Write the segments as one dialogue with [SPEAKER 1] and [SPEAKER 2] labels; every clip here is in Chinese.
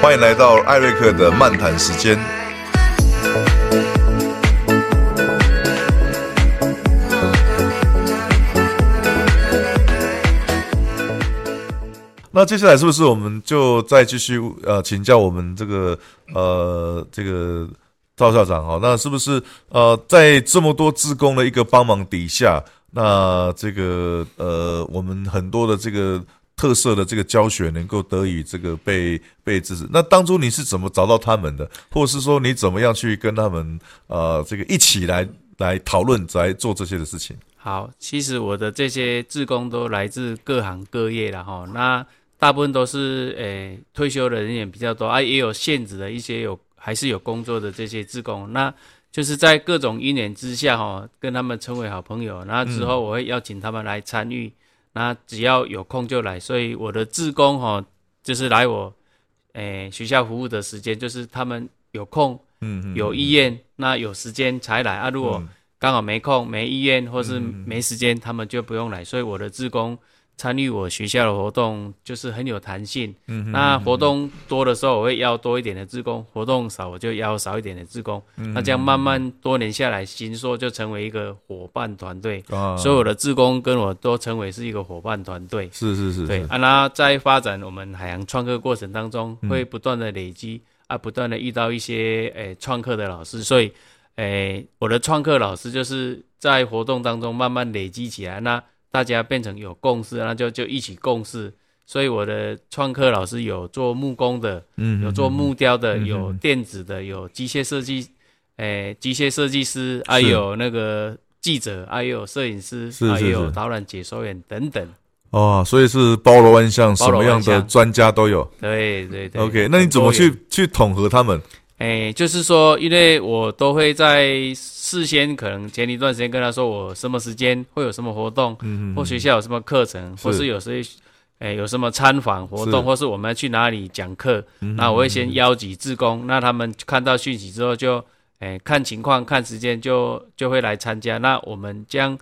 [SPEAKER 1] 欢迎来到艾瑞克的漫谈时间。那接下来是不是我们就再继续呃请教我们这个呃这个赵校长哈、哦？那是不是呃在这么多志工的一个帮忙底下，那这个呃我们很多的这个特色的这个教学能够得以这个被被支持？那当初你是怎么找到他们的，或者是说你怎么样去跟他们呃这个一起来来讨论来做这些的事情？
[SPEAKER 2] 好，其实我的这些志工都来自各行各业啦，哈，那大部分都是诶、退休的人也比较多啊，也有现职的一些有还是有工作的这些志工，那就是在各种因缘之下哈，跟他们成为好朋友，那之后我会邀请他们来参与，那只要有空就来，所以我的志工哈，就是来我诶、学校服务的时间，就是他们有空
[SPEAKER 1] 嗯嗯，
[SPEAKER 2] 有意愿，那有时间才来啊，如果、
[SPEAKER 1] 嗯
[SPEAKER 2] 刚好没空、没意愿或是没时间，他们就不用来。所以我的志工参与我学校的活动就是很有弹性。
[SPEAKER 1] 嗯哼
[SPEAKER 2] 那活动多的时候，我会邀多一点的志工；活动少，我就邀少一点的志工。
[SPEAKER 1] 嗯
[SPEAKER 2] 那这样慢慢多年下来，行硕就成为一个伙伴团队。
[SPEAKER 1] 啊，
[SPEAKER 2] 所有的志工跟我都成为是一个伙伴团队。
[SPEAKER 1] 是是是，
[SPEAKER 2] 对
[SPEAKER 1] 是
[SPEAKER 2] 啊，那在发展我们海洋创客过程当中，
[SPEAKER 1] 嗯
[SPEAKER 2] 会不断的累积、啊，不断的遇到一些诶创客的老师，所以诶我的创客老师就是在活动当中慢慢累积起来，那大家变成有共识，那就就一起共事。所以我的创客老师有做木工的，
[SPEAKER 1] 嗯
[SPEAKER 2] 有做木雕的，
[SPEAKER 1] 嗯嗯
[SPEAKER 2] 有电子的，有机械设计，诶，机械设计师，还、
[SPEAKER 1] 是
[SPEAKER 2] 有那个记者，还、有摄影师，
[SPEAKER 1] 是
[SPEAKER 2] 还、
[SPEAKER 1] 是
[SPEAKER 2] 有
[SPEAKER 1] 是
[SPEAKER 2] 导览解说员等等。
[SPEAKER 1] 哦，所以是包罗万象，什
[SPEAKER 2] 包罗
[SPEAKER 1] 么
[SPEAKER 2] 万
[SPEAKER 1] 样的
[SPEAKER 2] 象
[SPEAKER 1] 专家都有。
[SPEAKER 2] 对对对。
[SPEAKER 1] OK，那你怎么
[SPEAKER 2] 很多元
[SPEAKER 1] 去去统合他们？
[SPEAKER 2] 哎、就是说，因为我都会在事先可能前一段时间跟他说，我什么时间会有什么活动，
[SPEAKER 1] 嗯
[SPEAKER 2] 或学校有什么课程，
[SPEAKER 1] 是
[SPEAKER 2] 或是有谁，哎、有什么参访活
[SPEAKER 1] 是嗯
[SPEAKER 2] 动，或是我们要去哪里讲课，那我会先邀集志工，那他们看到讯息之后就，哎，看情况看时间就就会来参加。那我们将，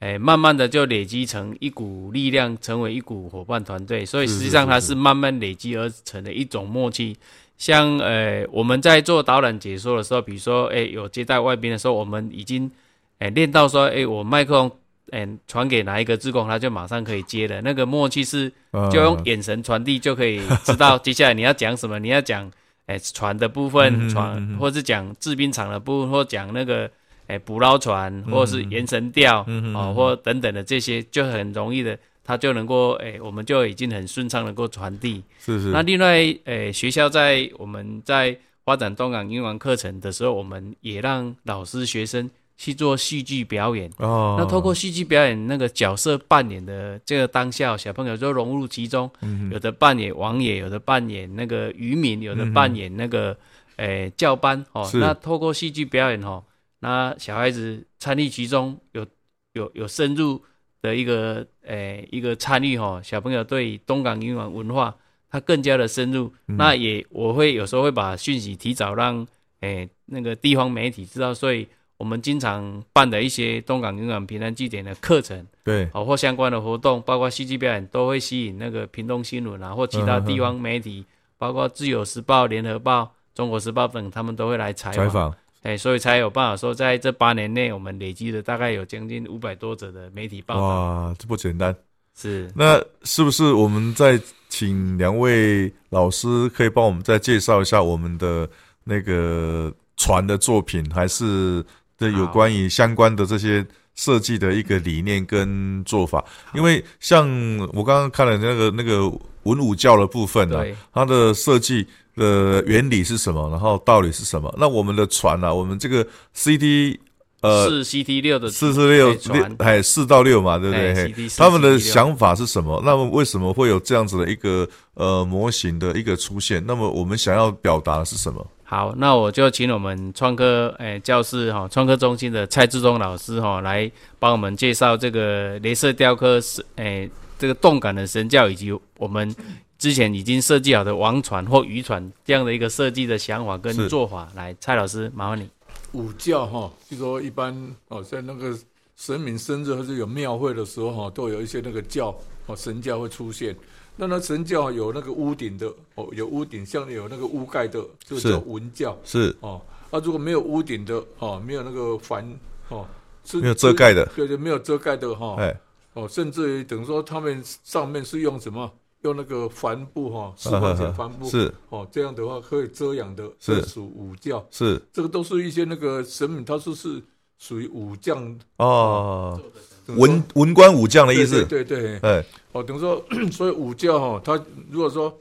[SPEAKER 2] 哎，慢慢的就累积成一股力量，成为一股伙伴团队。所以
[SPEAKER 1] 是
[SPEAKER 2] 实际
[SPEAKER 1] 是
[SPEAKER 2] 上它
[SPEAKER 1] 是
[SPEAKER 2] 是慢慢累积而成的一种默契。像呃，我们在做导览解说的时候，比如说，哎，有接待外宾的时候，我们已经，哎，练到说，哎，我麦克风，哎，传给哪一个志工，他就马上可以接了。那个默契是
[SPEAKER 1] 呃
[SPEAKER 2] 就用眼神传递就可以知道接下来你要讲什么，你要讲 哎船的部分，
[SPEAKER 1] 嗯嗯嗯
[SPEAKER 2] 船或是讲制冰厂的部分，或讲那个哎捕捞船，或者是延绳钓
[SPEAKER 1] 嗯嗯
[SPEAKER 2] 哦，或等等的这些，就很容易的，它就能够哎，我们就已经很顺畅能够传递。
[SPEAKER 1] 是是
[SPEAKER 2] 那另外，诶、学校在我们在发展东港英文课程的时候，我们也让老师、学生去做戏剧表演。
[SPEAKER 1] 哦，
[SPEAKER 2] 那透过戏剧表演那个角色扮演的这个当下，小朋友就融入其中，
[SPEAKER 1] 嗯
[SPEAKER 2] 有的扮演王爷，有的扮演那个渔民，有的扮演那个诶、呃教班哦。
[SPEAKER 1] 是
[SPEAKER 2] 那透过戏剧表演哦，那小孩子参与其中，有有有深入的一个诶、呃一个参与哦，小朋友对东港渔网文化他更加的深入。
[SPEAKER 1] 嗯
[SPEAKER 2] 那也我会有时候会把讯息提早让诶、那个地方媒体知道，所以。我们经常办的一些东港渔港平安祭典的课程，
[SPEAKER 1] 对
[SPEAKER 2] 哦或相关的活动，包括戏剧表演，都会吸引那个屏东新闻啊或其他
[SPEAKER 1] 嗯嗯嗯
[SPEAKER 2] 地方媒体，包括自由时报、联合报、中国时报等，他们都会来采
[SPEAKER 1] 采
[SPEAKER 2] 访。
[SPEAKER 1] 访
[SPEAKER 2] 哎，所以才有办法说，在这八年内，我们累积了大概有将近五百多则的媒体报道。
[SPEAKER 1] 哇，这不简单。
[SPEAKER 2] 是，
[SPEAKER 1] 那是不是我们再请两位老师可以帮我们再介绍一下我们的那个船的作品，还是这有
[SPEAKER 2] 好
[SPEAKER 1] 关于相关的这些设计的一个理念跟做法？因为像我刚刚看了那个那个文武教的部分呢、啊
[SPEAKER 2] 对，
[SPEAKER 1] 它的设计的原理是什么，然后道理是什么？那我们的船啊，我们这个 CD 呃
[SPEAKER 2] 是 CT 六的
[SPEAKER 1] 四四六
[SPEAKER 2] 哎船
[SPEAKER 1] 六哎四到六嘛，对不对？
[SPEAKER 2] 哎
[SPEAKER 1] 嘿
[SPEAKER 2] CD
[SPEAKER 1] 他们的
[SPEAKER 2] CD 六
[SPEAKER 1] 想法是什么？那么为什么会有这样子的一个呃模型的一个出现？那么我们想要表达的是什么？
[SPEAKER 2] 好，那我就请我们创科诶、呃教室哈、创科中心的蔡志忠老师哈、来帮我们介绍这个镭射雕刻是诶、呃这个动感的神教，以及我们之前已经设计好的王船或渔船这样的一个设计的想法
[SPEAKER 1] 是
[SPEAKER 2] 跟做法。来，蔡老师，麻烦你。
[SPEAKER 3] 午觉哈，就说一般哦，在那个神明生日或者有庙会的时候哈，都有一些那个教哦神教会出现。那那神教有那个屋顶的哦，有屋顶，像有那个屋盖的，就是叫文教
[SPEAKER 1] 是
[SPEAKER 3] 哦。啊，如果没有屋顶的哦，没有那个帆哦，是
[SPEAKER 1] 没有遮盖的，
[SPEAKER 3] 对对，没有遮盖的哈、
[SPEAKER 1] 哎，
[SPEAKER 3] 哦，甚至于等于说他们上面是用什么？用那个帆布哈、四
[SPEAKER 1] 呵
[SPEAKER 3] 方
[SPEAKER 1] 呵
[SPEAKER 3] 形
[SPEAKER 1] 呵
[SPEAKER 3] 帆布
[SPEAKER 1] 啊是
[SPEAKER 3] 哦，这样的话可以遮阳的，
[SPEAKER 1] 是
[SPEAKER 3] 这属武教，
[SPEAKER 1] 是
[SPEAKER 3] 这个都是一些那个神明，他说是属于武将
[SPEAKER 1] 哦，
[SPEAKER 3] 等于说
[SPEAKER 1] 文文官武将的意
[SPEAKER 3] 对
[SPEAKER 1] 思，
[SPEAKER 3] 对对对，
[SPEAKER 1] 哎，
[SPEAKER 3] 哦，等于说， 所以武教哈、哦，它如果说，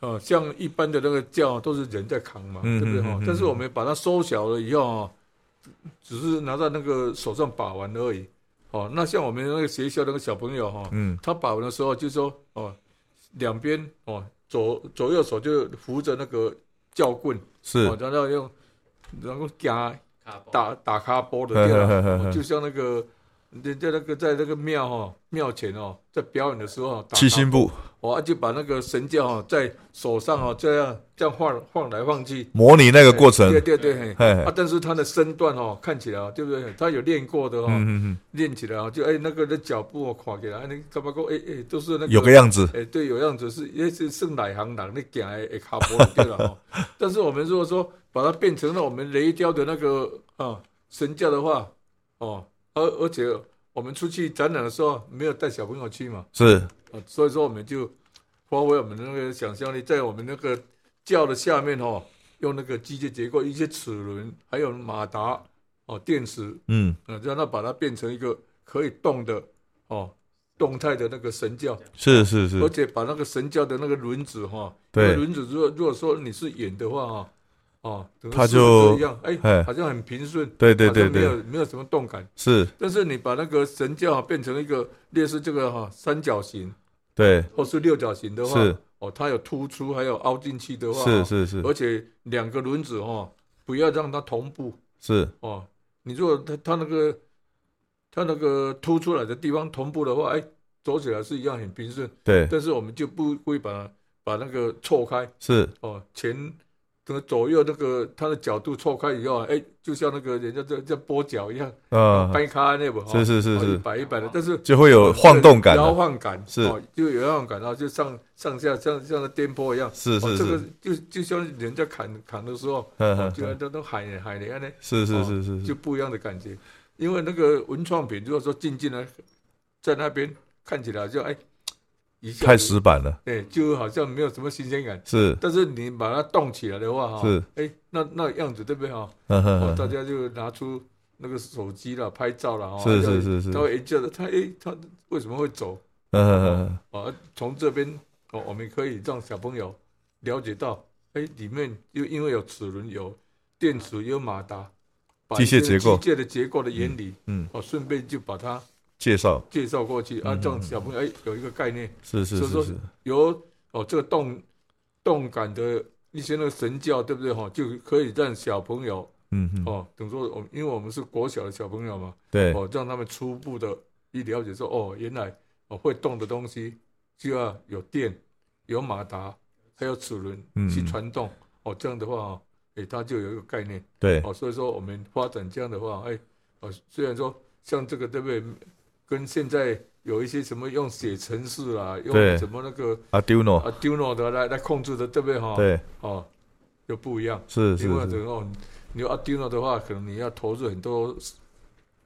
[SPEAKER 3] 呃，像一般的那个教都是人在扛嘛，
[SPEAKER 1] 嗯
[SPEAKER 3] 对不对哈、哦
[SPEAKER 1] 嗯嗯嗯
[SPEAKER 3] 但是我们把它收小了以后哦，只是拿在那个手上把玩而已。哦，那像我们那个学校那个小朋友哈、
[SPEAKER 1] 嗯，
[SPEAKER 3] 他把玩的时候就说哦，两边哦左左右手就扶着那个教棍，
[SPEAKER 1] 是
[SPEAKER 3] 哦，然后用然后夹
[SPEAKER 2] 打
[SPEAKER 3] 打打卡波的对
[SPEAKER 1] 呵呵呵
[SPEAKER 3] 啊
[SPEAKER 1] 呵
[SPEAKER 3] 哦就像那个人家那个在那个庙哦庙前哦，在表演的时候哦打
[SPEAKER 1] 七星步
[SPEAKER 3] 我、哦啊就把那个神教哦在手上哦这样这样晃晃来晃去
[SPEAKER 1] 模拟那个过程
[SPEAKER 3] 对，对对，嘿
[SPEAKER 1] 嘿
[SPEAKER 3] 啊，但是他的身段哦看起来哦对不对？他有练过的哦，
[SPEAKER 1] 嗯嗯
[SPEAKER 3] 练起来哦就哎那个的脚步哦垮起来，哎你干嘛讲哎哎都是那
[SPEAKER 1] 嗯，有个样子，
[SPEAKER 3] 哎、对，有样子是，也是剩哪行人你行会会卡波对了哦。但是我们如果说把它变成了我们雷雕的那个啊神教的话，哦，而而且我们出去展览的时候没有带小朋友去嘛，
[SPEAKER 1] 是
[SPEAKER 3] 啊，所以说我们就发挥我们的那个想象力，在我们那个教的下面哦，用那个机械结构，一些齿轮，还有马达哦，电池
[SPEAKER 1] 嗯
[SPEAKER 3] 啊，让它把它变成一个可以动的哦，动态的那个神教。
[SPEAKER 1] 是是
[SPEAKER 3] 而
[SPEAKER 1] 是，
[SPEAKER 3] 且把那个神教的那个轮子哈，
[SPEAKER 1] 对
[SPEAKER 3] 那个轮子如果如果说你是演的话哈，哦，等于
[SPEAKER 1] 它
[SPEAKER 3] 是这
[SPEAKER 1] 就
[SPEAKER 3] 样，哎、
[SPEAKER 1] 哎
[SPEAKER 3] 好像很平顺，
[SPEAKER 1] 对对对
[SPEAKER 3] 好像没
[SPEAKER 1] 对，
[SPEAKER 3] 有没有什么动感。
[SPEAKER 1] 是
[SPEAKER 3] 但是你把那个神教变成一个类似这个哈三角形
[SPEAKER 1] 对
[SPEAKER 3] 或是六角形的话，
[SPEAKER 1] 是
[SPEAKER 3] 哦，它有突出还有凹进去的话，
[SPEAKER 1] 是
[SPEAKER 3] 哦，
[SPEAKER 1] 是是
[SPEAKER 3] 而且两个轮子哈，不要让它同步
[SPEAKER 1] 是
[SPEAKER 3] 哦。你如果它它那个它那个凸出来的地方同步的话，哎，走起来是一样很平顺。
[SPEAKER 1] 对
[SPEAKER 3] 但是我们就不会把把那个错开
[SPEAKER 1] 是
[SPEAKER 3] 哦，前这个左右那个它的角度错开以后啊，哎，就像那个人家在在拨脚一样，
[SPEAKER 1] 啊，
[SPEAKER 3] 掰开那不？
[SPEAKER 1] 是是是
[SPEAKER 3] 哦一
[SPEAKER 1] 是，
[SPEAKER 3] 摆一摆的，但是
[SPEAKER 1] 就会有晃动感啊
[SPEAKER 3] 摇
[SPEAKER 1] 了，
[SPEAKER 3] 晃感
[SPEAKER 1] 是
[SPEAKER 3] 哦，就有摇晃感，然后就上上下像像那颠簸一样。
[SPEAKER 1] 是
[SPEAKER 3] 哦
[SPEAKER 1] 是
[SPEAKER 3] 这个
[SPEAKER 1] 是，
[SPEAKER 3] 就就像人家砍砍的时候，
[SPEAKER 1] 嗯
[SPEAKER 3] 哦
[SPEAKER 1] 嗯
[SPEAKER 3] 就
[SPEAKER 1] 嗯
[SPEAKER 3] 那都喊喊的呢，
[SPEAKER 1] 是是是是，
[SPEAKER 3] 就是不一样的感觉。因为那个文创品，如果说静静的在那边看起来就哎，一下
[SPEAKER 1] 太
[SPEAKER 3] 子
[SPEAKER 1] 死板了，
[SPEAKER 3] 对，哎就好像没有什么新鲜感。
[SPEAKER 1] 是
[SPEAKER 3] 但是你把它动起来的话，哈，
[SPEAKER 1] 是，
[SPEAKER 3] 哎，那那样子对不对哈？
[SPEAKER 1] 嗯
[SPEAKER 3] 哦
[SPEAKER 1] 哼，
[SPEAKER 3] 大
[SPEAKER 1] 哼，
[SPEAKER 3] 家哦就拿出那个手机了，拍照了，哈，
[SPEAKER 1] 是是是是
[SPEAKER 3] 他会一下子，他哎，他为什么会走？
[SPEAKER 1] 嗯哼哼哼，
[SPEAKER 3] 啊，从这边哦，我们可以让小朋友了解到，哎，里面又因为有齿轮、有电池、有马达，把
[SPEAKER 1] 机械
[SPEAKER 3] 一
[SPEAKER 1] 结
[SPEAKER 3] 些
[SPEAKER 1] 构
[SPEAKER 3] 机械的结构的原理，
[SPEAKER 1] 嗯嗯
[SPEAKER 3] 哦，顺便就把它
[SPEAKER 1] 介绍
[SPEAKER 3] 介绍过去，啊
[SPEAKER 1] 嗯，
[SPEAKER 3] 让小朋友哎有一个概念。
[SPEAKER 1] 是是
[SPEAKER 3] 所以
[SPEAKER 1] 是
[SPEAKER 3] 说
[SPEAKER 1] 是，
[SPEAKER 3] 由哦这个动动感的一些那个神教，对不对哈、就可以让小朋友
[SPEAKER 1] 嗯哼，
[SPEAKER 3] 哦，等于说我们因为我们是国小的小朋友嘛，
[SPEAKER 1] 对，
[SPEAKER 3] 哦，让他们初步的一了解说，哦，原来哦会动的东西就要有电、有马达，还有齿轮
[SPEAKER 1] 嗯
[SPEAKER 3] 去传动，哦，这样的话、哦，哎，他就有一个概念。
[SPEAKER 1] 对，
[SPEAKER 3] 哦，所以说我们发展这样的话，哎，哦，虽然说像这个对不对，跟现在有一些什么用写程式啦，
[SPEAKER 1] 对
[SPEAKER 3] 用什么那个
[SPEAKER 1] 阿啊丢
[SPEAKER 3] 哦
[SPEAKER 1] 诺，
[SPEAKER 3] Arduino 的来来控制的，对不对哈？，
[SPEAKER 1] 哦对，
[SPEAKER 3] 哦，又不一样。
[SPEAKER 1] 是是
[SPEAKER 3] 另外
[SPEAKER 1] 是
[SPEAKER 3] 的。哦，你有 Arduino 的话，可能你要投入很多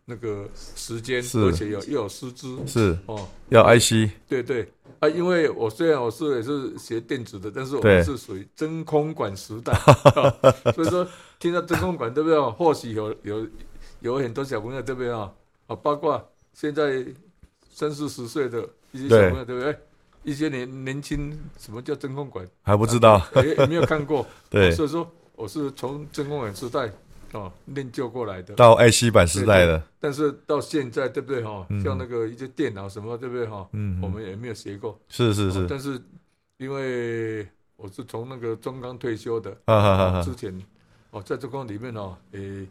[SPEAKER 3] 那个时间，
[SPEAKER 1] 是
[SPEAKER 3] 而且有又有师资。
[SPEAKER 1] 是
[SPEAKER 3] 哦，
[SPEAKER 1] 要 IC，
[SPEAKER 3] 对对啊，因为我虽然我是也是学电子的，但是我
[SPEAKER 1] 对
[SPEAKER 3] 们是属于真空管时 代，哦所以说听到真空管对不对？或许有有有很多小朋友对不对啊？啊，包括现在三四十岁的一些
[SPEAKER 1] 对
[SPEAKER 3] 小朋友对不对？一些年年轻，什么叫真 空管？
[SPEAKER 1] 还不知道，
[SPEAKER 3] 也也没有看过， 哦
[SPEAKER 1] 对，
[SPEAKER 3] 所以说我啊是从真空管时代哦练就过来的，
[SPEAKER 1] 到 IC 版时代了，
[SPEAKER 3] 但是到现在对不对哈？
[SPEAKER 1] 嗯
[SPEAKER 3] 像那个一些电脑什么对不对哈？
[SPEAKER 1] 嗯，
[SPEAKER 3] 我们也没有学过。
[SPEAKER 1] 是是
[SPEAKER 3] 哦
[SPEAKER 1] 是，
[SPEAKER 3] 但是因为我是从那个中钢退休的，
[SPEAKER 1] 哈哈哈
[SPEAKER 3] 之
[SPEAKER 1] 哈，
[SPEAKER 3] 前哦，在中钢里面哦，诶、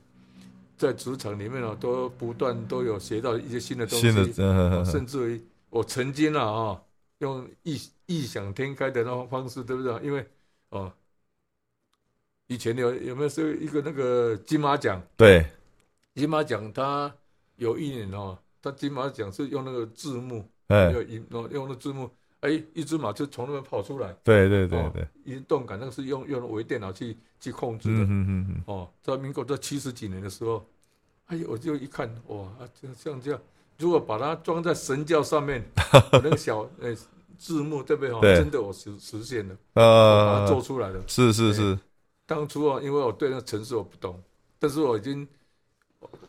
[SPEAKER 3] 在职场里面哦，都不断都有学到一些新的东西，
[SPEAKER 1] 新的，嗯
[SPEAKER 3] 哦
[SPEAKER 1] 哼哼
[SPEAKER 3] 甚至于我曾经啊，哦，用异异想天开的那种方式，对不对？因为哦，以前有有没有是一个那个金马奖？
[SPEAKER 1] 对，
[SPEAKER 3] 金马奖它有一年哦，它金马奖是用那个字幕，
[SPEAKER 1] 哎
[SPEAKER 3] 有引用那字幕，哎、哎，一只马就从那边跑出来，
[SPEAKER 1] 对对对
[SPEAKER 3] 哦
[SPEAKER 1] 对，
[SPEAKER 3] 移动感那个是用用微电脑去去控制的。
[SPEAKER 1] 嗯哼哼哼，
[SPEAKER 3] 哦，在民国在七十几年的时候，哎呦，我就一看，哇，啊这样这样这样，如果把它装在神教上面，我那个小呃、字幕对不对？哦，
[SPEAKER 1] 对
[SPEAKER 3] 真的我实实现了，我把它做
[SPEAKER 1] 呃，
[SPEAKER 3] 出来了。
[SPEAKER 1] 是是是，
[SPEAKER 3] 当初啊，因为我对那个城市我不懂，但是我已经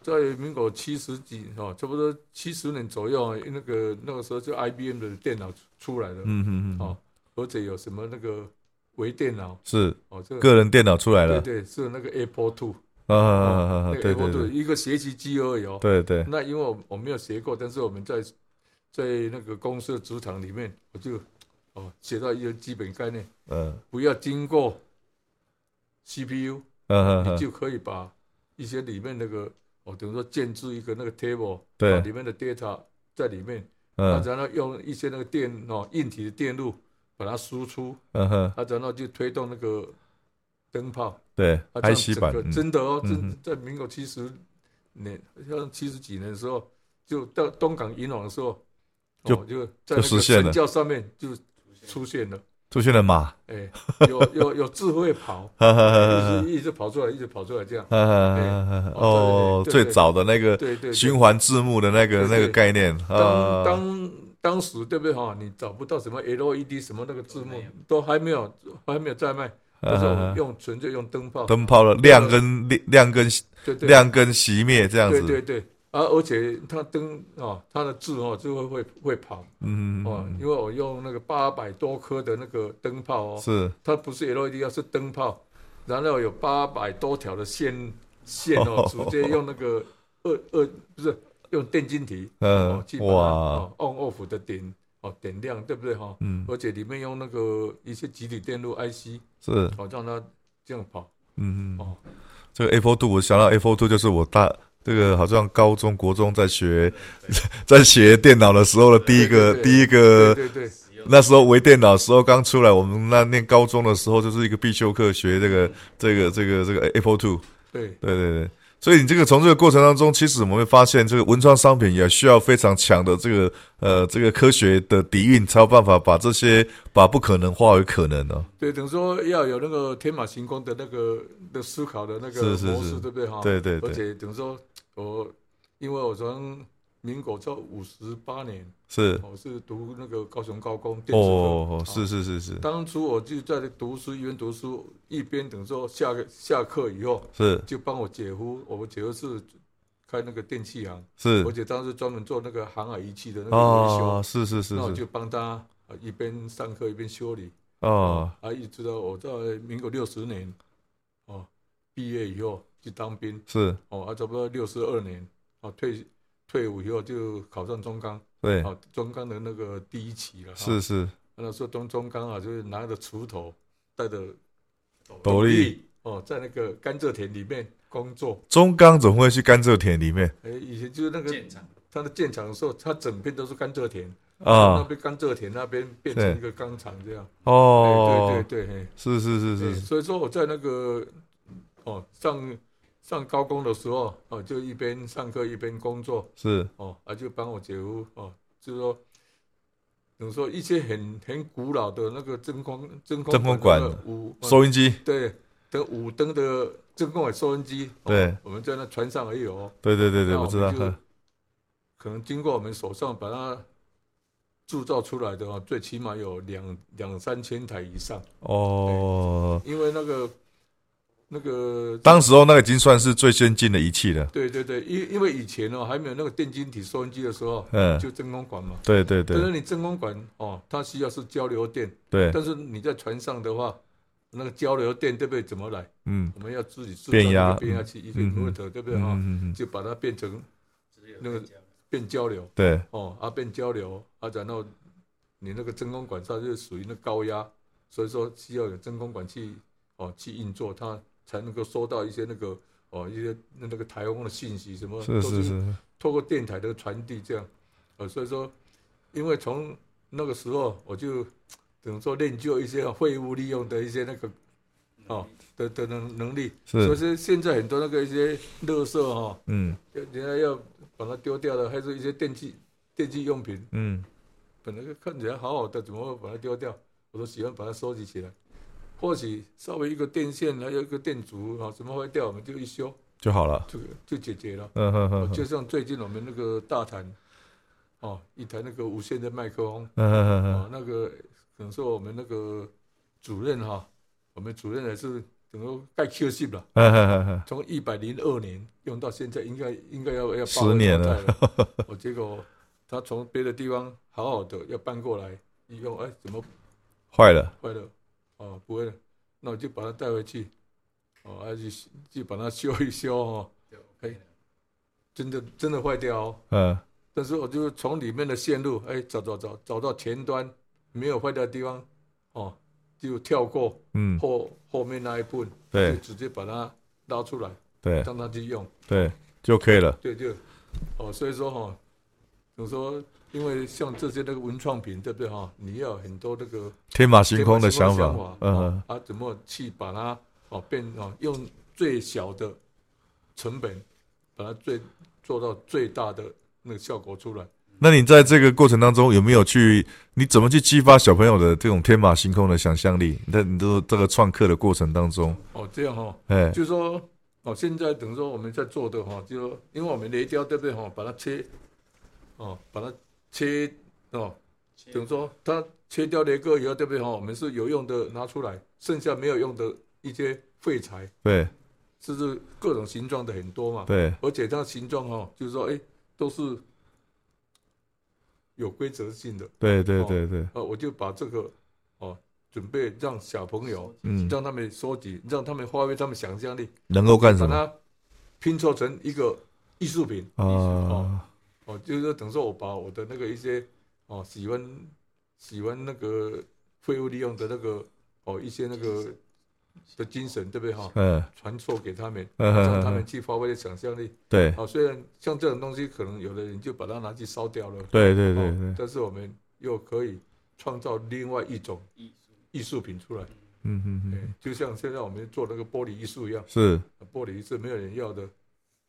[SPEAKER 3] 在民国七十几哦，差不多七十年左右啊，那个那个时候就 IBM 的电脑出出来了，
[SPEAKER 1] 嗯哼哼，
[SPEAKER 3] 哦，而且有什么那个微电脑
[SPEAKER 1] 是
[SPEAKER 3] 哦，这个
[SPEAKER 1] 个人电脑出来
[SPEAKER 3] 对
[SPEAKER 1] 了，
[SPEAKER 3] 对是那个 Apple Two。
[SPEAKER 1] 啊啊啊啊
[SPEAKER 3] 哦
[SPEAKER 1] 啊，
[SPEAKER 3] 那
[SPEAKER 1] 对
[SPEAKER 3] 个
[SPEAKER 1] 对
[SPEAKER 3] Apple
[SPEAKER 1] 对
[SPEAKER 3] II 一个学习机而已哦。
[SPEAKER 1] 对对，
[SPEAKER 3] 那因为我我没有学过，但是我们在在那个公司的职场里面，我就哦学到一些基本概念，
[SPEAKER 1] 嗯
[SPEAKER 3] 不要经过 CPU，
[SPEAKER 1] 嗯
[SPEAKER 3] 你
[SPEAKER 1] 嗯，
[SPEAKER 3] 就可以把一些里面那个哦，等于说建置一个那个 table，把
[SPEAKER 1] 对，
[SPEAKER 3] 里面的 data 在里面，啊，
[SPEAKER 1] 嗯
[SPEAKER 3] 然后用一些那个电哦硬体的电路把它输出，
[SPEAKER 1] 嗯哼，
[SPEAKER 3] 啊，然后就推动那个灯泡。
[SPEAKER 1] 对
[SPEAKER 3] 啊，这样
[SPEAKER 1] ，IC
[SPEAKER 3] 整
[SPEAKER 1] 版
[SPEAKER 3] 个，
[SPEAKER 1] 嗯
[SPEAKER 3] 真的哦，
[SPEAKER 1] 嗯
[SPEAKER 3] 真
[SPEAKER 1] 哼
[SPEAKER 3] 在民国七十年，像七十几年的时候，就到东港银行的时候，
[SPEAKER 1] 就
[SPEAKER 3] 哦、就
[SPEAKER 1] 就
[SPEAKER 3] 在那
[SPEAKER 1] 实
[SPEAKER 3] 个
[SPEAKER 1] 现了
[SPEAKER 3] 神教上面就出现了，
[SPEAKER 1] 出现了马，
[SPEAKER 3] 哎，有有有智 慧跑，
[SPEAKER 1] 哈哈哈
[SPEAKER 3] 一
[SPEAKER 1] 哈
[SPEAKER 3] 直一直跑出来，一直跑出来 这样，
[SPEAKER 1] 哈，哦
[SPEAKER 3] 哦，对对对对
[SPEAKER 1] 最早的那个
[SPEAKER 3] 对对对
[SPEAKER 1] 循环字幕的那个
[SPEAKER 3] 对对
[SPEAKER 1] 那个概念
[SPEAKER 3] 当
[SPEAKER 1] 啊，
[SPEAKER 3] 当当时对不对哈、你找不到什么 LED 什么那个字幕都还没有，还没有在卖，那时候我们
[SPEAKER 1] 嗯
[SPEAKER 3] 用纯粹用灯泡，
[SPEAKER 1] 灯泡的亮跟亮跟
[SPEAKER 3] 对对
[SPEAKER 1] 亮跟熄灭这样
[SPEAKER 3] 对
[SPEAKER 1] 子，
[SPEAKER 3] 对对，啊，而且它灯哦，它的字哦就会会会跑。
[SPEAKER 1] 嗯，
[SPEAKER 3] 哦，因为我用那个八百多颗的那个灯泡哦，
[SPEAKER 1] 是，
[SPEAKER 3] 它不是 LED，它是灯泡，然后有八百多条的线线哦，直接用那个二二不是用电晶体哦
[SPEAKER 1] 嗯
[SPEAKER 3] 去，把它
[SPEAKER 1] 哇，
[SPEAKER 3] 哦 on off 的点哦点亮，对不对哈、哦？
[SPEAKER 1] 嗯，
[SPEAKER 3] 而且里面用那个一些集体电路 IC
[SPEAKER 1] 是，
[SPEAKER 3] 哦，让它这样跑
[SPEAKER 1] 嗯，
[SPEAKER 3] 哦，
[SPEAKER 1] 这个 Apple Two，我想到 Apple Two 就是我大这个好像高中国中在学 在学电脑的时候的第一个
[SPEAKER 3] 对对对
[SPEAKER 1] 第一个
[SPEAKER 3] 对对对，
[SPEAKER 1] 那时候微电脑时候刚出来，我们那念高中的时候就是一个必修课，学这
[SPEAKER 3] 嗯
[SPEAKER 1] 个这个这个这个 Apple Two，
[SPEAKER 3] 对
[SPEAKER 1] 对对对。所以你这个从这个过程当中，其实我们会发现，这个文创商品也需要非常强的这个呃这个科学的底蕴，才有办法把这些把不可能化为可能哦。
[SPEAKER 3] 对，等于说要有那个天马行空的那个的思考的那个
[SPEAKER 1] 是是
[SPEAKER 3] 模
[SPEAKER 1] 是
[SPEAKER 3] 式，对不对哈？
[SPEAKER 1] 对对
[SPEAKER 3] 而
[SPEAKER 1] 对，
[SPEAKER 3] 且等于说，我因为我从民国到五十八年，
[SPEAKER 1] 是
[SPEAKER 3] 我是读那个高雄高工电子科。
[SPEAKER 1] 哦，
[SPEAKER 3] 啊
[SPEAKER 1] 是是是是
[SPEAKER 3] 当初我就在读书，一边读书一边等于说下个下课以后，
[SPEAKER 1] 是
[SPEAKER 3] 就帮我姐夫，我姐夫是开那个电器行，
[SPEAKER 1] 是
[SPEAKER 3] 而且当时专门做那个航海仪器的那个维修，
[SPEAKER 1] 哦，是是是
[SPEAKER 3] 那我
[SPEAKER 1] 是
[SPEAKER 3] 就帮他啊一边上课一边修理。
[SPEAKER 1] 哦，
[SPEAKER 3] 啊，一直到我在民国六十年，哦，毕业以后去当兵，
[SPEAKER 1] 是
[SPEAKER 3] 哦，啊，差不多六十二年，哦，退退伍以后就考上中钢，
[SPEAKER 1] 对
[SPEAKER 3] 哦，中钢的那个第一期了，
[SPEAKER 1] 是
[SPEAKER 3] 哦，
[SPEAKER 1] 是
[SPEAKER 3] 那时候中中钢啊，就是拿着锄头，带着
[SPEAKER 1] 斗笠，
[SPEAKER 3] 哦，在那个甘蔗田里面工作，
[SPEAKER 1] 中钢怎么会去甘蔗田里面
[SPEAKER 3] 哎，以前就是那个
[SPEAKER 2] 场
[SPEAKER 3] 他的建厂的时候，他整片都是甘蔗田，那
[SPEAKER 1] 啊？
[SPEAKER 3] 边甘蔗田那边变
[SPEAKER 1] 对
[SPEAKER 3] 成一个钢厂这样，
[SPEAKER 1] 哦，
[SPEAKER 3] 哎，对对对，嘿
[SPEAKER 1] 是是是是
[SPEAKER 3] 对，所以说我在那个哦上上高工的时候哦，就一边上课一边工作
[SPEAKER 1] 是
[SPEAKER 3] 哦，啊就帮我姐夫哦，就是说等于说一些很很古老的那个真空真空
[SPEAKER 1] 真空管
[SPEAKER 3] 的那个五哦
[SPEAKER 1] 收音机，
[SPEAKER 3] 对的五灯的真空管收音机，哦
[SPEAKER 1] 对
[SPEAKER 3] 我们在那船上也有哦，
[SPEAKER 1] 对对对对，
[SPEAKER 3] 那
[SPEAKER 1] 我
[SPEAKER 3] 我
[SPEAKER 1] 知道嗯
[SPEAKER 3] 们，就可能经过我们手上把它。铸造出来的哦，最起码有两两三千台以上，
[SPEAKER 1] 哦，
[SPEAKER 3] 因为那个那个
[SPEAKER 1] 当时候那个已经算是最先进的仪器了，
[SPEAKER 3] 对对对，因因为以前哦还没有那个电晶体收音机的时候，
[SPEAKER 1] 嗯，
[SPEAKER 3] 就真空管嘛。
[SPEAKER 1] 对对
[SPEAKER 3] 但是
[SPEAKER 1] 对
[SPEAKER 3] 你真空管哦，它需要是交流电，
[SPEAKER 1] 对，
[SPEAKER 3] 但是你在船上的话，那个交流电对不对？怎么来？
[SPEAKER 1] 嗯
[SPEAKER 3] 我们要自己制造
[SPEAKER 1] 变压
[SPEAKER 3] 那个变压器一个
[SPEAKER 1] 嗯
[SPEAKER 3] inverter，对不对哈？
[SPEAKER 1] 嗯嗯，
[SPEAKER 3] 就把它变成那个变交流
[SPEAKER 1] 对，
[SPEAKER 3] 哦，啊变交流啊，然后你那个真空管它就属于那高压，所以说需要有真空管去哦去运作，它才能够收到一些那个哦一些那个台风的信息什么，
[SPEAKER 1] 是
[SPEAKER 3] 都
[SPEAKER 1] 是是，
[SPEAKER 3] 透过电台的传递这样，呃，所以说，因为从那个时候我就等于说练就一些废物利用的一些那个哦的的能能力，所以
[SPEAKER 1] 是，
[SPEAKER 3] 说现在很多那个一些垃圾哈、哦，
[SPEAKER 1] 嗯
[SPEAKER 3] 人家要把它丢掉了，还是一些电器电器用品，
[SPEAKER 1] 嗯，
[SPEAKER 3] 本来看起来好好的，怎么会把它丢掉？我都喜欢把它收集起来。或许稍微一个电线，还有一个电阻啊，什么坏掉，我们就一修，
[SPEAKER 1] 就好了。
[SPEAKER 3] 就就解决了。
[SPEAKER 1] 嗯哼哼
[SPEAKER 3] 就
[SPEAKER 1] 哼，
[SPEAKER 3] 像最近我们那个大谈，哦，一台那个无线的麦克风，
[SPEAKER 1] 嗯哼哼
[SPEAKER 3] 哦
[SPEAKER 1] 哼，，
[SPEAKER 3] 那个可能说我们那个主任哈、我们主任也是等于盖 Q 系了，
[SPEAKER 1] 嗯哼哼哼，
[SPEAKER 3] 从一百零二年用到现在应，该应该要要
[SPEAKER 1] 十
[SPEAKER 3] 八位
[SPEAKER 1] 年
[SPEAKER 3] 淘汰
[SPEAKER 1] 了
[SPEAKER 3] 了。 我结果他从别的地方好好的要搬过来，一用哎怎么
[SPEAKER 1] 坏了，
[SPEAKER 3] 坏了？哦，不会了，那我就把它带回去，哦，还去去把它修一修哦。哎，真的真的坏掉哦。
[SPEAKER 1] 嗯
[SPEAKER 3] 但是我就从里面的线路，哎，找找找，找到前端没有坏掉的地方，哦，就跳过
[SPEAKER 1] 嗯，
[SPEAKER 3] 后后面那一部分，就
[SPEAKER 1] 对
[SPEAKER 3] 直接把它拉出来，
[SPEAKER 1] 对
[SPEAKER 3] 让它去用，
[SPEAKER 1] 对，就可以了。
[SPEAKER 3] 对对，哦，所以说哈、哦，我说，因为像这些那个文创品，对不对哈、你要有很多那个
[SPEAKER 1] 天马行空的想
[SPEAKER 3] 天马行空
[SPEAKER 1] 法
[SPEAKER 3] 的，
[SPEAKER 1] 嗯
[SPEAKER 3] 哦
[SPEAKER 1] 哼，
[SPEAKER 3] 啊，怎么去把它哦变哦，用最小的成本，把它最做到最大的那个效果出来。
[SPEAKER 1] 那你在这个过程当中有没有去？你怎么去激发小朋友的这种天马行空的想象力？那你都这个创客的过程当中，
[SPEAKER 3] 哦，这样哈、哦。
[SPEAKER 1] 哎，
[SPEAKER 3] 就说哦，现在等于说我们在做的哈，就说因为我们雷雕对不对哈，把它切，哦，把它切哦，等于说它切掉雷哥以后对不对哈，我们是有用的拿出来，剩下没有用的一些废材，
[SPEAKER 1] 对
[SPEAKER 3] 是不是各种形状的很多嘛？
[SPEAKER 1] 对，
[SPEAKER 3] 而且它形状哈，就是说哎，都是有规则性的。
[SPEAKER 1] 对对对对，
[SPEAKER 3] 呃，我就把这个哦，准备让小朋友，
[SPEAKER 1] 嗯，
[SPEAKER 3] 让他们收集，让他们发挥他们想象力。
[SPEAKER 1] 能够干
[SPEAKER 3] 把
[SPEAKER 1] 什么
[SPEAKER 3] 它拼凑成一个艺术品。
[SPEAKER 1] 啊？
[SPEAKER 3] 哦，就是说等于说我把我的那个一些哦喜欢喜欢那个废物利用的那个哦一些那个的精神，对不对哈？
[SPEAKER 1] 嗯
[SPEAKER 3] 传授给他们，
[SPEAKER 1] 嗯
[SPEAKER 3] 让
[SPEAKER 1] 嗯
[SPEAKER 3] 哦他们
[SPEAKER 1] 嗯，
[SPEAKER 3] 去发挥想象力。
[SPEAKER 1] 对
[SPEAKER 3] 哦，虽然像这种东西，可能有的人就把它拿去烧掉了，
[SPEAKER 1] 对对对
[SPEAKER 3] 哦
[SPEAKER 1] 对，
[SPEAKER 3] 但是我们又可以创造另外一种艺术品出来。
[SPEAKER 1] 嗯嗯
[SPEAKER 3] 哎
[SPEAKER 1] 嗯，
[SPEAKER 3] 就像现在我们做那个玻璃艺术一样。
[SPEAKER 1] 是，
[SPEAKER 3] 玻璃是没有人要的，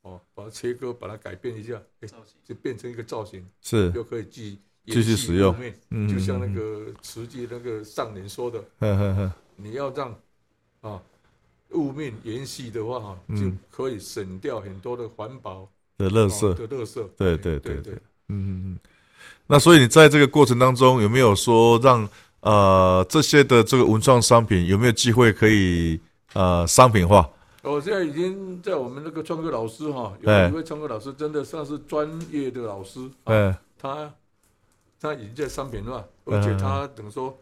[SPEAKER 3] 哦，把它切割，把它改变一下，哎，就变成一个造型，
[SPEAKER 1] 是，
[SPEAKER 3] 又可以继
[SPEAKER 1] 继续使用。
[SPEAKER 3] 延续后
[SPEAKER 1] 嗯，
[SPEAKER 3] 面就像那，个慈济那个上人说的，
[SPEAKER 1] 嗯嗯嗯，
[SPEAKER 3] 你要让啊物命延续的话，哈，就
[SPEAKER 1] 嗯
[SPEAKER 3] 可以省掉很多的环保
[SPEAKER 1] 的乐
[SPEAKER 3] 哦
[SPEAKER 1] 色，
[SPEAKER 3] 的垃圾。
[SPEAKER 1] 对对
[SPEAKER 3] 对
[SPEAKER 1] 对
[SPEAKER 3] 对，
[SPEAKER 1] 嗯嗯嗯，那所以你在这个过程当中，有没有说让呃这些的这个文创商品有没有机会可以呃商品化？
[SPEAKER 3] 我哦现在已经在我们那个创客老师哈，
[SPEAKER 1] 哎
[SPEAKER 3] 有一位创客老师真的算是专业的老师，啊
[SPEAKER 1] 嗯
[SPEAKER 3] 他他已经在商品化，而且他等于说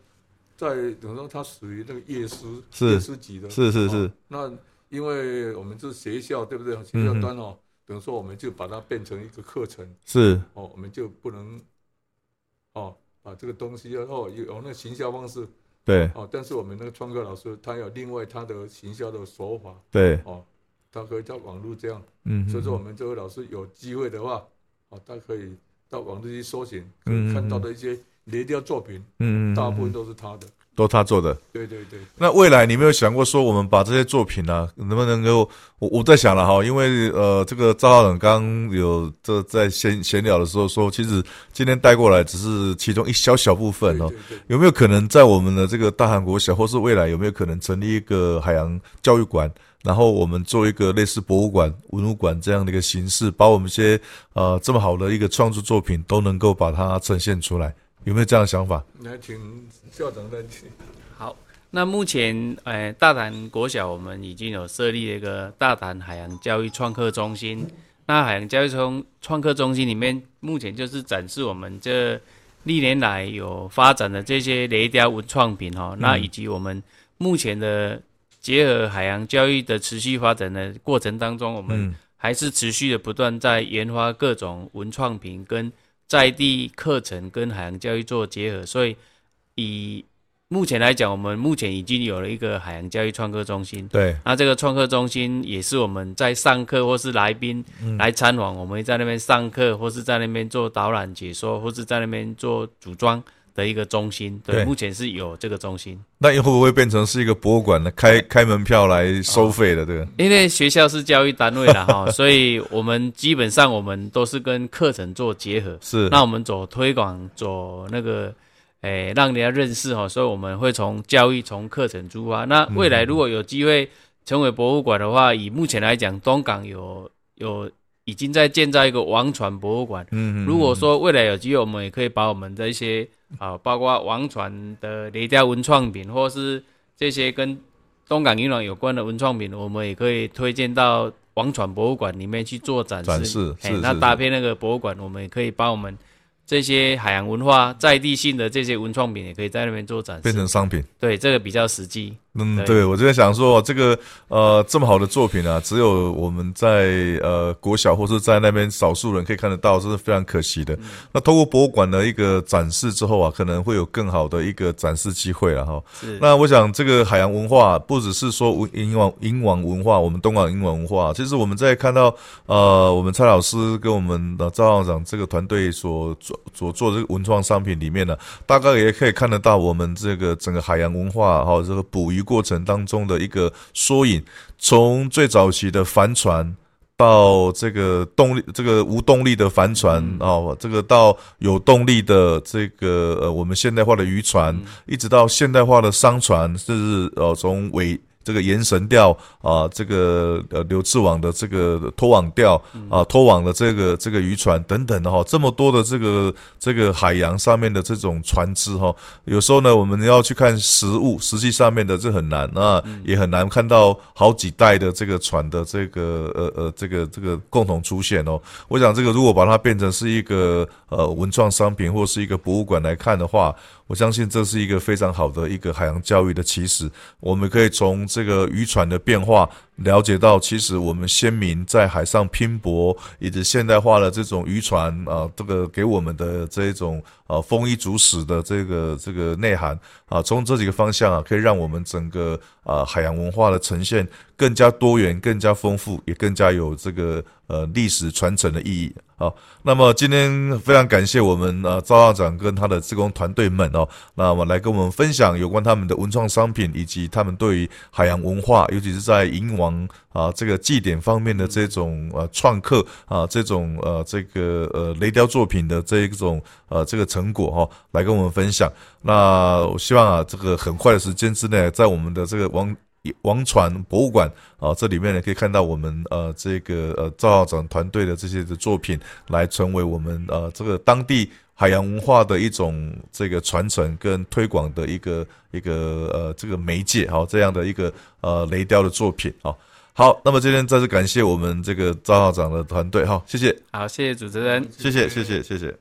[SPEAKER 3] 在等于说他属于那个夜师
[SPEAKER 1] 是
[SPEAKER 3] 夜师级的，
[SPEAKER 1] 是是是
[SPEAKER 3] 哦那因为我们是学校，对不对？学校端
[SPEAKER 1] 嗯
[SPEAKER 3] 哦，等于说我们就把它变成一个课程
[SPEAKER 1] 是，
[SPEAKER 3] 哦，我们就不能哦把这个东西哦有有那个行销方式
[SPEAKER 1] 对
[SPEAKER 3] 哦，但是我们那个创客老师他有另外他的行销的手法
[SPEAKER 1] 对，
[SPEAKER 3] 哦，他可以在网络这样。
[SPEAKER 1] 嗯，
[SPEAKER 3] 所以说，我
[SPEAKER 1] 嗯
[SPEAKER 3] 们这位老师有机会的话，哦，他可以到网络去搜寻，可
[SPEAKER 1] 嗯
[SPEAKER 3] 以看到的一些雷雕作品，
[SPEAKER 1] 嗯嗯嗯
[SPEAKER 3] 大部
[SPEAKER 1] 嗯
[SPEAKER 3] 分都是他的。
[SPEAKER 1] 都他做的。
[SPEAKER 3] 对对对，
[SPEAKER 1] 那未来你有没有想过说，我们把这些作品呢、能不能够？我我在想了哈，因为呃，这个赵浩冷刚有这在闲闲聊的时候说，其实今天带过来只是其中一小小部分哦。
[SPEAKER 3] 对对
[SPEAKER 1] 有没有可能在我们的这个大韩国小，或是未来有没有可能成立一个海洋教育馆？然后我们做一个类似博物馆、文物馆这样的一个形式，把我们一些呃这么好的一个创作作品都能够把它呈现出来，有没有这样的想法？
[SPEAKER 3] 对，来请校长来。
[SPEAKER 2] 好，那目前呃，大潭国小我们已经有设立了一个大潭海洋教育创客中心。那海洋教育创创客中心里面，目前就是展示我们这历年来有发展的这些雷雕文创品哈、哦，那以及我们目前的结合海洋教育的持续发展的过程当中，我们
[SPEAKER 1] 嗯
[SPEAKER 2] 还是持续的不断在研发各种文创品跟在地课程跟海洋教育做结合，所以以目前来讲，我们目前已经有了一个海洋教育创客中心。
[SPEAKER 1] 对，
[SPEAKER 2] 那这个创客中心也是我们在上课或是来宾来参访，我们会在那边上课，或是在那边做导览解说，或是在那边做组装的一个中心。对，
[SPEAKER 1] 对
[SPEAKER 2] 目前是有这个中心，
[SPEAKER 1] 那会不会变成是一个博物馆呢？开
[SPEAKER 2] 啊
[SPEAKER 1] 开门票来收费的，对，
[SPEAKER 2] 因为学校是教育单位了哈，所以我们基本上我们都是跟课程做结合。
[SPEAKER 1] 是
[SPEAKER 2] 那我们走推广，走那个，诶、让人家认识哦，所以我们会从教育、从课程出发。那未来如果有机会成为博物馆的话，以目前来讲，东港有有已经在建造一个王船博物馆。
[SPEAKER 1] 嗯，嗯
[SPEAKER 2] 如果说未来有机会，我们也可以把我们的一些啊、包括王传的雷家文创品，或是这些跟东港银朗有关的文创品，我们也可以推荐到王传博物馆里面去做展示。
[SPEAKER 1] 展示
[SPEAKER 2] 嘿
[SPEAKER 1] 是
[SPEAKER 2] 那
[SPEAKER 1] 是
[SPEAKER 2] 搭配那个博物馆，我们也可以把我们这些海洋文化在地性的这些文创品，也可以在那边做展
[SPEAKER 1] 变成
[SPEAKER 2] 示。
[SPEAKER 1] 商品。
[SPEAKER 2] 对，这个比较实际。
[SPEAKER 1] 嗯，
[SPEAKER 2] 对
[SPEAKER 1] 对，我就在想说，这个呃，这么好的作品啊，只有我们在呃国小或是在那边少数人可以看得到，这是非常可惜的。那通过博物馆的一个展示之后啊，可能会有更好的一个展示机会了啊哈。
[SPEAKER 2] 是
[SPEAKER 1] 那我想，这个海洋文化不只是说文银网银网文化，我们东港银网文化，其实我们在看到呃，我们蔡老师跟我们的赵校长这个团队所做所做的这个文创商品里面呢，大概也可以看得到我们这个整个海洋文化哈、这个捕鱼过程当中的一个缩影，从最早期的帆船。到这个动力，这个无动力的帆船
[SPEAKER 2] 嗯
[SPEAKER 1] 哦，这个到有动力的这个呃，我们现代化的渔船，
[SPEAKER 2] 嗯
[SPEAKER 1] 一直到现代化的商船，甚至呃从尾这个延绳钓啊、这个呃流质网的这个拖网钓
[SPEAKER 2] 嗯
[SPEAKER 1] 啊、拖网的这个这个渔船等等的哈、这么多的这个这个海洋上面的这种船只哈、有时候呢我们要去看实物，实际上面的这很难，那也很难看到好几代的这个船的这个呃呃这个这个共同出现哦。我想这个如果把它变成是一个呃文创商品或是一个博物馆来看的话，我相信这是一个非常好的一个海洋教育的起始。我们可以从这个渔船的变化了解到，其实我们先民在海上拼搏，以及现代化的这种渔船啊、这个给我们的这一种啊丰衣足食的这个这个内涵啊，从这几个方向啊，可以让我们整个啊海洋文化的呈现更加多元、更加丰富，也更加有这个呃历史传承的意义啊。那么今天非常感谢我们呃赵校长跟他的志工团队们哦，那么来跟我们分享有关他们的文创商品以及他们对于海洋文化，尤其是在银王啊这个祭典方面的这种呃创客啊这种呃这个呃雷雕作品的这一种呃这个成果哈、哦，来跟我们分享。那我希望啊这个很快的时间之内，在我们的这个王王传博物馆啊，这里面呢可以看到我们呃这个呃赵校长团队的这些的作品，来成为我们呃这个当地海洋文化的一种这个传承跟推广的一个一个呃这个媒介，好、这样的一个呃雷雕的作品，好、好，那么今天再次感谢我们这个赵校长的团队，哈、谢谢，
[SPEAKER 2] 好，谢谢主持人。
[SPEAKER 1] 谢谢，谢谢，谢谢。